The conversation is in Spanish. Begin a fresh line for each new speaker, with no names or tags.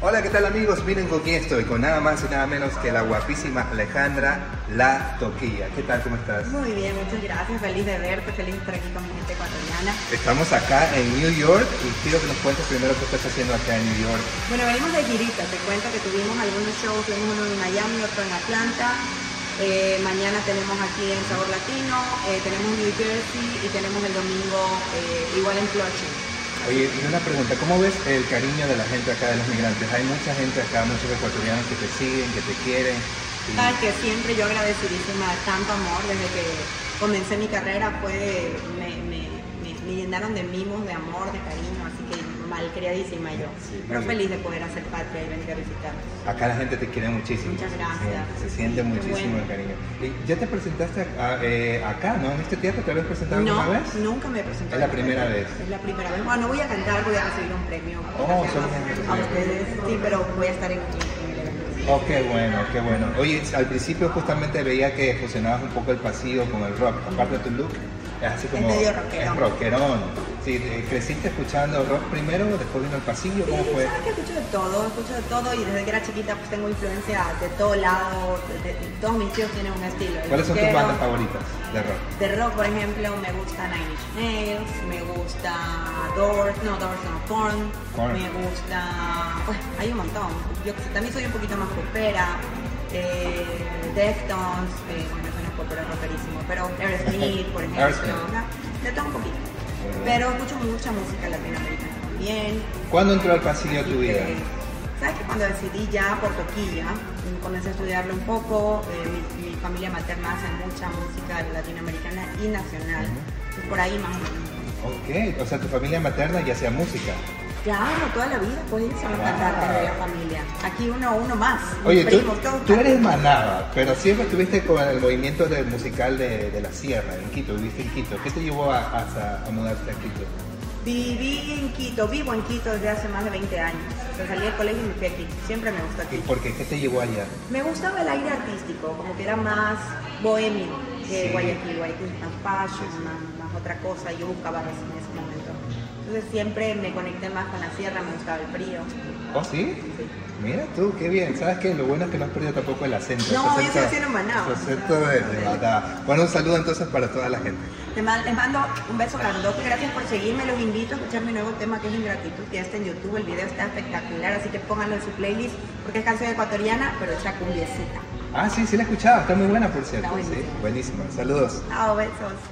Hola, ¿qué tal amigos? Miren con quién estoy, con nada más y nada menos que la guapísima Alejandra La Toquilla. ¿Qué tal? ¿Cómo estás?
Muy bien, muchas gracias. Feliz de verte, feliz de estar aquí con mi gente ecuatoriana.
Estamos acá en New York y quiero que nos cuentes primero qué estás haciendo acá en New York.
Bueno, venimos de girita. Te cuento que tuvimos algunos shows, tuvimos uno en Miami, otro en Atlanta. Eh, mañana tenemos aquí en Sabor Latino, eh, tenemos New Jersey y tenemos el domingo eh, igual en Flushing.
Oye, y una pregunta, ¿cómo ves el cariño de la gente acá, de los migrantes? Hay mucha gente acá, muchos ecuatorianos que te siguen, que te quieren. y-
Sabes que siempre yo agradecidísima a tanto amor desde que comencé mi carrera fue me, me- me- me llenaron de mimos, de amor, de cariño, así que malcriadísima yo.
Sí,
Pero
muy bien.
feliz de poder hacer patria y venir a visitarnos.
Acá la gente te quiere muchísimo.
Muchas gracias.
Sí, se siente
Qué
muchísimo
bueno.
el cariño. Y ya te presentaste a- a- eh, acá, ¿no? En este teatro te habías presentado
No,
alguna vez.
nunca me he presentado.
Es la primera vez.
Es la primera vez. Bueno, no voy a cantar, voy a recibir un premio.
Oh,
Gracias
solo
a-
un premio.
a ustedes, sí, pero voy a estar en, en- en el evento.
Oh, qué bueno, qué bueno. Oye, al principio justamente veía que fusionabas un poco el pasillo con el rock. Aparte de tu look, es así como...
medio rockerón.
es rockerón. Sí, eh, creciste escuchando rock primero, después vino el pasillo, ¿cómo
Sí,
fue?
sabes que escucho de todo, escucho de todo y desde que era chiquita pues tengo influencia de todo lado, de- de- todos mis tíos tienen un estilo. El
¿Cuáles son tus
rockero,
bandas favoritas de rock?
De rock, por ejemplo, me gusta Nine Inch Nails, me gusta Doors, no, Doors no, Korn,
Korn.
me gusta, pues hay un montón. Yo también soy un poquito más popera, eh, Deftones, eh, bueno, eso no es popero, es rockerísimo, pero Aerosmith, por ejemplo,
Aerosmith. Eh.
ajá, de todo un poquito. Pero escucho mucha música latinoamericana también.
¿Cuándo entró el pasillo a
Así
tu vida?
que, Eh, ¿Sabes que cuando decidí ya por Toquilla, mm, comencé a estudiarlo un poco, eh, mi, mi familia materna hace mucha música latinoamericana y nacional, pues por ahí más o menos.
Ok, o sea, tu familia materna ya sea música.
Claro, toda la vida, pues ellos son los
Wow.
cantantes de la familia. Aquí uno, uno más, mis
Oye, tú,
primos, todos
tú eres
cantan.
manada, pero siempre estuviste con el movimiento del musical de, de la sierra, en Quito, viviste en Quito. ¿Qué te llevó a, hasta- a mudarte a Quito?
Viví en Quito, vivo en Quito desde hace más de 20 años. O sea, salí del colegio y me fui a Quito, siempre me gustó
¿Y
Quito.
por qué? ¿Qué te llevó allá?
Me gustaba el aire artístico, como que era más bohemio que
Sí.
Guayaquil. Guayaquil es más fashion, más, más otra cosa. Yo buscaba eso en ese momento. Entonces siempre me conecté más con la sierra, me gustaba el frío.
¿Oh, sí? Mira tú, qué bien. ¿Sabes qué? Lo bueno es que no has perdido tampoco el acento.
No, yo
ese
soy
acento-
haciendo Maná.
ese acento de, de Maná. Bueno, un saludo entonces para toda la gente.
Te man- Les mando un beso grandote, gracias por seguirme, los invito a escuchar mi nuevo tema que es Ingratitud, que ya está en YouTube, el video está espectacular, así que pónganlo en su playlist, porque es canción ecuatoriana, pero hecha cumbiecita.
Ah, sí, sí la he escuchado. Está muy buena, por cierto.
Está buenísima.
Sí, buenísima. Saludos.
Chao, besos.